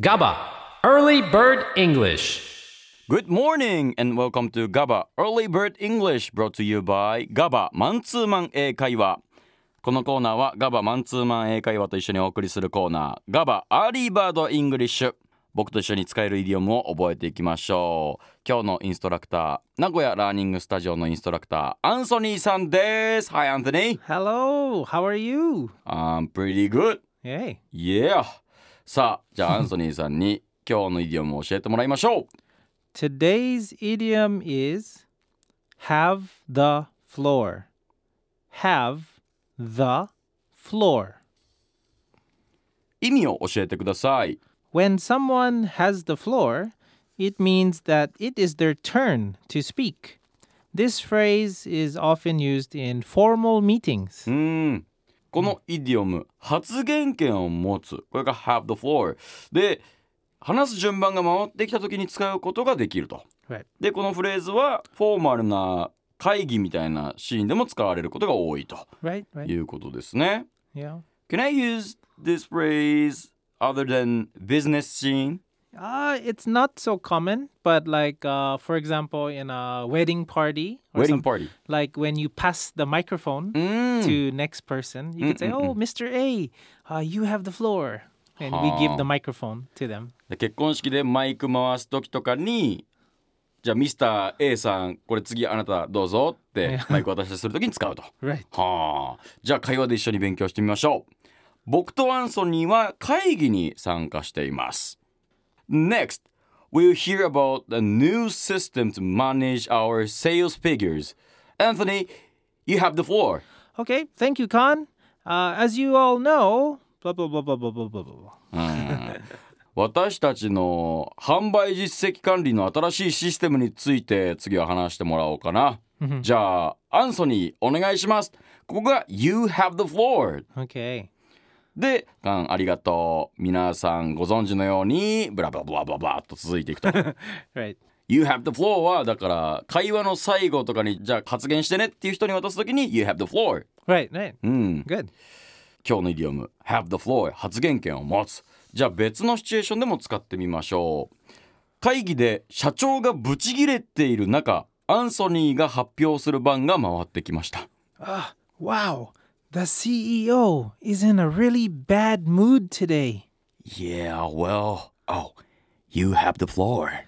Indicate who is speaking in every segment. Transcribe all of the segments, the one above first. Speaker 1: GABA Early Bird English
Speaker 2: Good morning and welcome to GABA Early Bird English brought to you by GABA マンツーマン英会話このコーナーは GABA マンツーマン英会話と一緒にお送りするコーナー GABA アーリーバードイングリッシュ僕と一緒に使えるイディオムを覚えていきましょう今日のインストラクター名古屋ラーニングスタジオのインストラクターアンソニーさんです Hi Anthony
Speaker 3: Hello, how are you?
Speaker 2: I'm pretty good
Speaker 3: Hey.
Speaker 2: Yeah さあじゃあアンソニーさんに今日のイディオムを教えてもらいましょう
Speaker 3: Today's idiom is have the floor. Have the floor.
Speaker 2: 意味を教えてください
Speaker 3: When someone has the floor, it means that it is their turn to speak. This phrase is often used in formal meetings.
Speaker 2: うーんこのイディオム発言権を持つこれが have the floor で話す順番が回ってきた時に使うことができると
Speaker 3: Right.
Speaker 2: でこのフレーズはフォーマルな会議みたいなシーンでも使われることが多いと
Speaker 3: Right,
Speaker 2: い
Speaker 3: right.
Speaker 2: うことですね
Speaker 3: Yeah.
Speaker 2: Can I use this phrase other than business scene?
Speaker 3: Uh, it's not so common, but like uh, for example in a wedding party or
Speaker 2: Wedding
Speaker 3: some-
Speaker 2: party
Speaker 3: like when you pass the microphone
Speaker 2: うーん
Speaker 3: to next person, you could say, "Oh, Mr. A, uh, you have the floor," and we give the microphone to them.
Speaker 2: で結婚式でマイク回す時とかにじゃあミスター a さんこれ次あなたどうぞってマイク渡しする時に使うと
Speaker 3: Right.
Speaker 2: はあじゃあ会話で一緒に勉強してみましょう僕とアンソニーは会議に参加しています Next we'll hear about the new system to manage our sales figures Anthony you have the floor
Speaker 3: Okay. Thank you, Khan. Uh, as you all know, blah blah blah blah blah blah blah. blah.
Speaker 2: 私たちの販売実績管理の新しいシステムについて次は話してもらおうかなじゃあアンソニーお願いしますここが You have the floor
Speaker 3: Okay.
Speaker 2: で、ガンありがとう。皆さんご存知のように、ブラブラブラブラブラっと続いていくと。
Speaker 3: Right.
Speaker 2: You have the floor は、だから、会話の最後とかに、じゃあ発言してねっていう人に渡すときに、You have the floor。
Speaker 3: Right. Right.
Speaker 2: うん。
Speaker 3: Good.
Speaker 2: 今日のイディオム、have the floor、発言権を持つ。じゃあ別のシチュエーションでも使ってみましょう。会議で社長がブチギレている中、アンソニーが発表する番が回ってきました。
Speaker 3: Wow. The CEO is in a really bad mood today.
Speaker 2: Yeah, well, oh, you have the floor.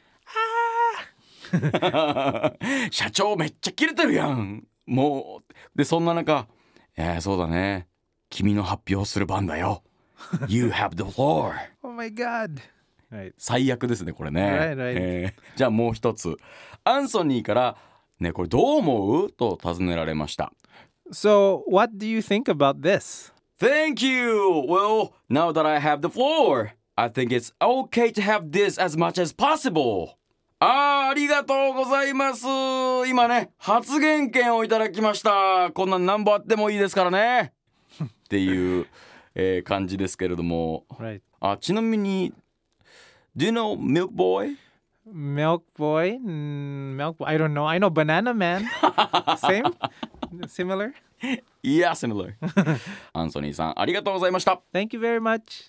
Speaker 2: 社長めっちゃキレてるやん。もう、で、そんな中、えー、そうだね。君の発表する番だよ。You have the floor.
Speaker 3: Oh my God. Right.
Speaker 2: 最悪ですね、これね。
Speaker 3: Right, right.
Speaker 2: えーじゃあもう一つ。アンソニーから、ね、これどう思うと尋ねられました。
Speaker 3: So, what do you think about this?
Speaker 2: Thank you! Well, now that I have the floor, I think it's okay to have this as much as possible. あーありがとうございます。今ね、発言権をいただきました。こんなん何本あってもいいですからね。っていう、えー感じですけれども。
Speaker 3: Right.
Speaker 2: あ、ちなみに、Do you know Milk Boy?
Speaker 3: Milk boy, mm, milk. Boy. I don't know. I know banana man. Same, similar.
Speaker 2: Yeah, similar. アンソニーさん、ありがとうございました。
Speaker 3: Thank you very much.